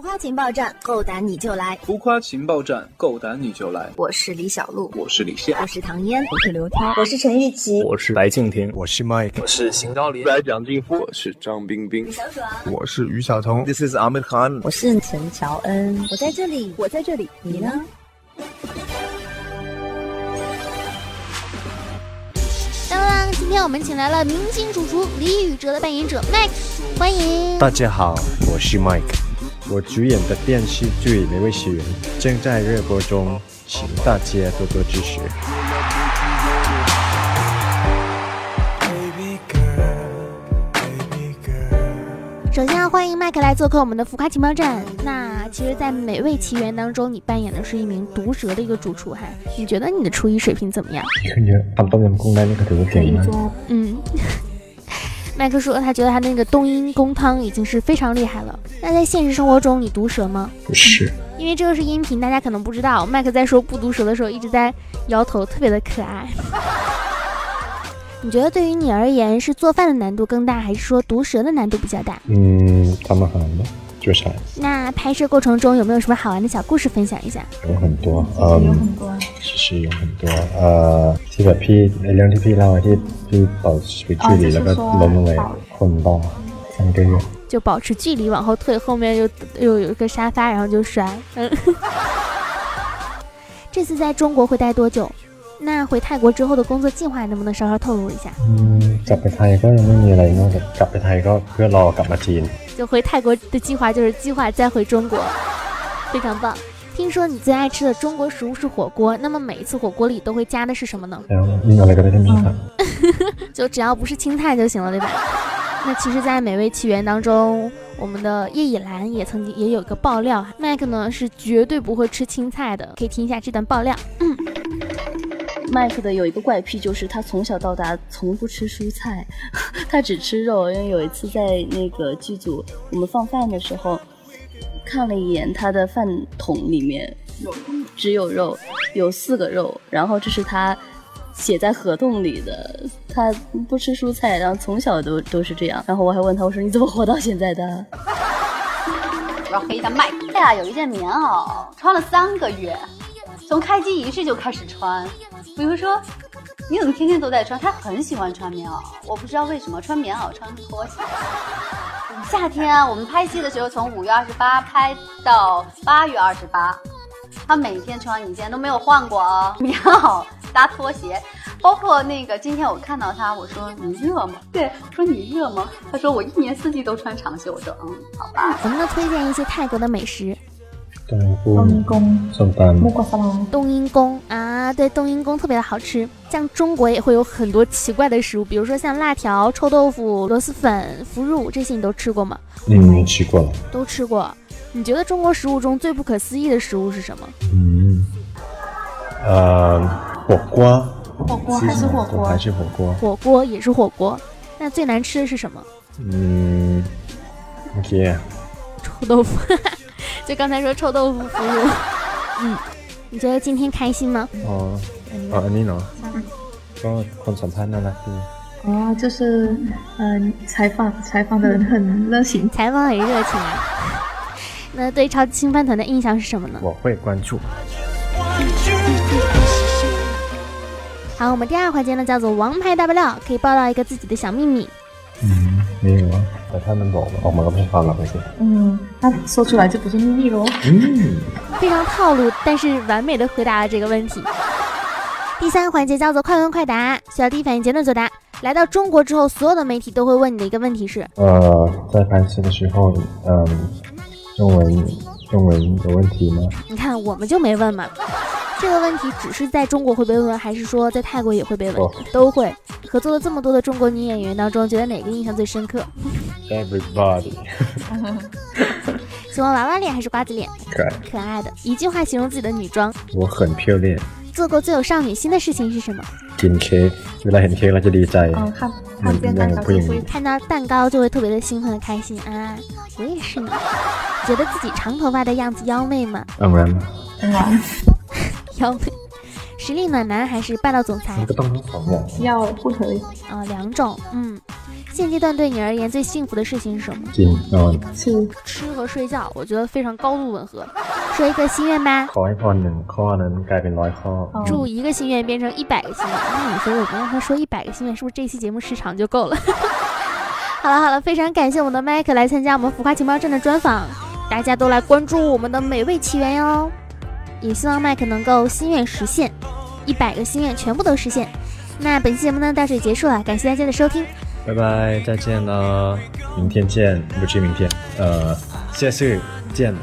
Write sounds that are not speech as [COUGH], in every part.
夸情报站，够胆你就来！浮夸情报站，够胆你就来！我是李小璐，我是李现，我是唐嫣，我是刘涛，我是陈玉琪，我是白敬亭，我是 Mike，我是邢昭林，我是蒋劲夫，我是张冰冰，小爽，我是于晓彤，This is Ahmed Khan，我是陈乔恩，我在这里，我在这里，你呢？当然，今天我们请来了明星主厨李宇哲的扮演者 Mike，欢迎。大家好，我是 Mike。我主演的电视剧《美味学园》正在热播中，请大家多多支持。首先要欢迎麦克来做客我们的浮夸情报站。那其实，在《美味奇缘》当中，你扮演的是一名毒舌的一个主厨哈，你觉得你的厨艺水平怎么样？嗯。 [LAUGHS] 麦克说，他觉得他那个冬阴功汤已经是非常厉害了。那在现实生活中，你毒舌吗？不是、嗯，因为这个是音频，大家可能不知道。麦克在说不毒舌的时候，一直在摇头，特别的可爱。 [LAUGHS] 你觉得对于你而言，是做饭的难度更大，还是说毒舌的难度比较大？嗯，他们好吧，就是。那拍摄过程中有没有什么好玩的小故事分享一下？有很多，嗯，有很多，其实有很多，呃，ที่แบบพี่เรื่องที่พี่เล่าที่พี่ต่อชีวิต距离แล้วก็ล้มลงไปคนบ้า三个月。就保持距离，往后退，后面又又有一个沙发，然后就摔。 [LAUGHS] 嗯，这次在中国会待多久？那回泰国之后的工作计划能不能稍稍透露一下？嗯，กลับไปไทยก็ยังไม่มีอะไรนอกจากกลับไปไทยก็เพื่อรอกลับมาจีน。就回泰国的计划就是计划再回中国，非常棒。听说你最爱吃的中国食物是火锅，那么每一次火锅里都会加的是什么呢？嗯嗯就只要不是青菜就行了，对吧？那其实，在《美味奇缘》当中，我们的叶以兰也曾经也有一个爆料，麦克呢是绝对不会吃青菜的，可以听一下这段爆料。嗯。麦克的有一个怪癖，就是他从小到大从不吃蔬菜， [LAUGHS] 他只吃肉。因为有一次在那个剧组，我们放饭的时候，看了一眼他的饭桶里面只有肉，有四个肉。然后这是他写在合同里的，他不吃蔬菜，然后从小都都是这样。然后我还问他，我说你怎么活到现在的？我要黑他麦克呀！有一件棉袄穿了三个月，从开机仪式就开始穿。比如说，你怎么天天都在穿？他很喜欢穿棉袄，我不知道为什么穿棉袄穿拖鞋。夏天我们拍戏的时候，从五月二十八拍到八月二十八，他每天穿一件都没有换过啊、哦，棉袄搭拖鞋。包括那个今天我看到他，我说你热吗？对，我说你热吗？他说我一年四季都穿长袖。我说嗯，好吧。能不能推荐一些泰国的美食？冬阴功、圣丹、木瓜沙拉、冬阴功啊，对，冬阴功特别的好吃。像中国也会有很多奇怪的食物，比如说像辣条、臭豆腐、螺蛳粉、腐乳这些，你都吃过吗？嗯，吃过了，都吃过。你觉得中国食物中最不可思议的食物是什么？嗯，呃，火锅，火锅还是火锅，还是火锅，火锅也是火锅。那最难吃的是什么？嗯，OK，臭豆腐。 [LAUGHS] 就刚才说臭豆腐腐乳， [LAUGHS] 嗯，你觉得今天开心吗？哦，嗯哦，你呢？哦，很审判的那是。哦，就是，嗯、呃，采访采访的人很热情，嗯采访很热情啊。 [LAUGHS] 那对超级星饭团的印象是什么呢？我会关注。好，我们第二环节呢叫做王牌大爆料，可以爆料一个自己的小秘密。嗯，没有啊。แต่ถ้ามันบอกออกมาก็ไม่ฟังหรอกไม่ใช่ อืมถ้า嗯说出来就不是秘密喽嗯非常套路但是完美的回答了这个问题第三环节叫做快问快答需要第一反应简短作答来到中国之后所有的媒体都会问你的一个问题是呃在拍戏的时候嗯中文中文有问题吗你看我们就没问嘛这个问题只是在中国会被问，还是说在泰国也会被问？都会。合作了这么多的中国女演员当中，觉得哪个印象最深刻？Everybody 喜欢娃娃脸还是瓜子脸？可爱，可爱的。一句话形容自己的女装。我很漂亮。做过最有少女心的事情是什么？ กินเค้กเวลาเห็นเค้กเราจะดีใจ。嗯，看看见蛋糕就会看到蛋糕就会特别的兴奋开心啊！我也是呢。觉得自己长头发的样子妖媚吗？当然。当然。要实力暖男还是霸道总裁？哦那个当中好呀，要混合啊，两种，嗯。现阶段对你而言最幸福的事情是什么？ กินนอน 吃吃和睡觉，我觉得非常高度吻合。说一个心愿吧， ขอให้พรหนึ่งข้อนั้นกลายเป็นร้อยข้ออ 祝一个心愿变成一百个心愿。那你说我们让他说一百个心愿，是不是这期节目时长就够了？ [LAUGHS] 好了好了，非常感谢我们的麦克来参加我们浮夸情报站的专访，大家都来关注我们的美味起源哟。也希望麦克能够心愿实现，一百个心愿全部都实现。那本期节目呢到这里结束了，感谢大家的收听。拜拜，再见了，明天见，不是明天，呃，下次见。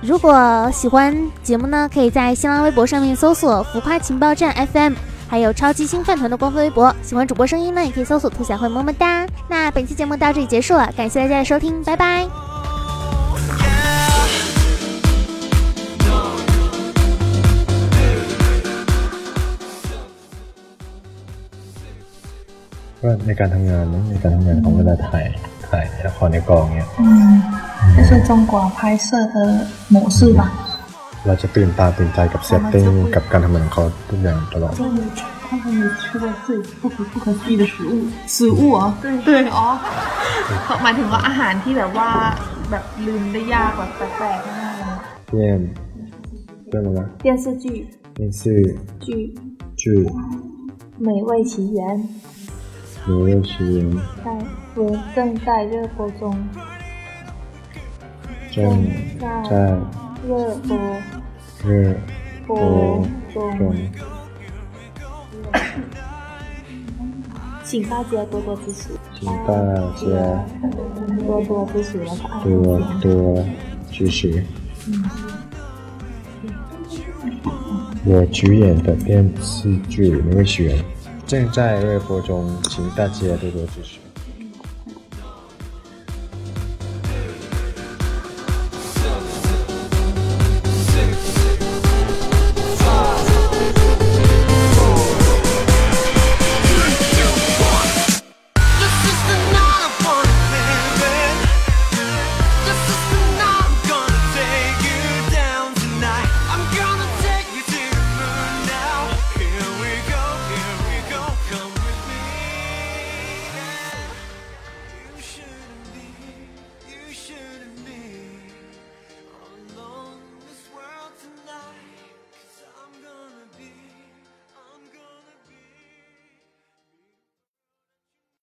如果喜欢节目呢，可以在新浪微博上面搜索“浮夸情报站 FM”，还有超级星饭团的官方微博。喜欢主播声音呢，也可以搜索“兔小慧么么哒”。那本期节目到这里结束了，感谢大家的收听，拜拜。 ก็ในการทำงานนะในการทำงานของเวลาถ่ายถ่ายละครในกองเนี่ย 嗯，这是中国拍摄的模式吧？ เราจะตื่นตาตื่นใจกับเซตติ้งกับการทำงานของเขาทุกอย่างตลอด 终于，他终于吃过最不可不可思议的食物，食物哦，对对哦， [LAUGHS] เขาหมายถึงว่าอาหารที่แบบว่าแบบลืมได้ยากแบบแปลกๆมากเลย เพี้ยนเรื่องอะไรนะ 电视剧 เรื่องชื่อ 剧 ชื่อ 《美味奇缘》 หนูเรื่องชื่อ 在我正在热播中， จ้างจ้าง 热播 เรื่อง 播中中，请大家多多支持，请大家多多支持我的爱多多支持。我主演的电视剧《美味学》正在热播中，请大家多多支持。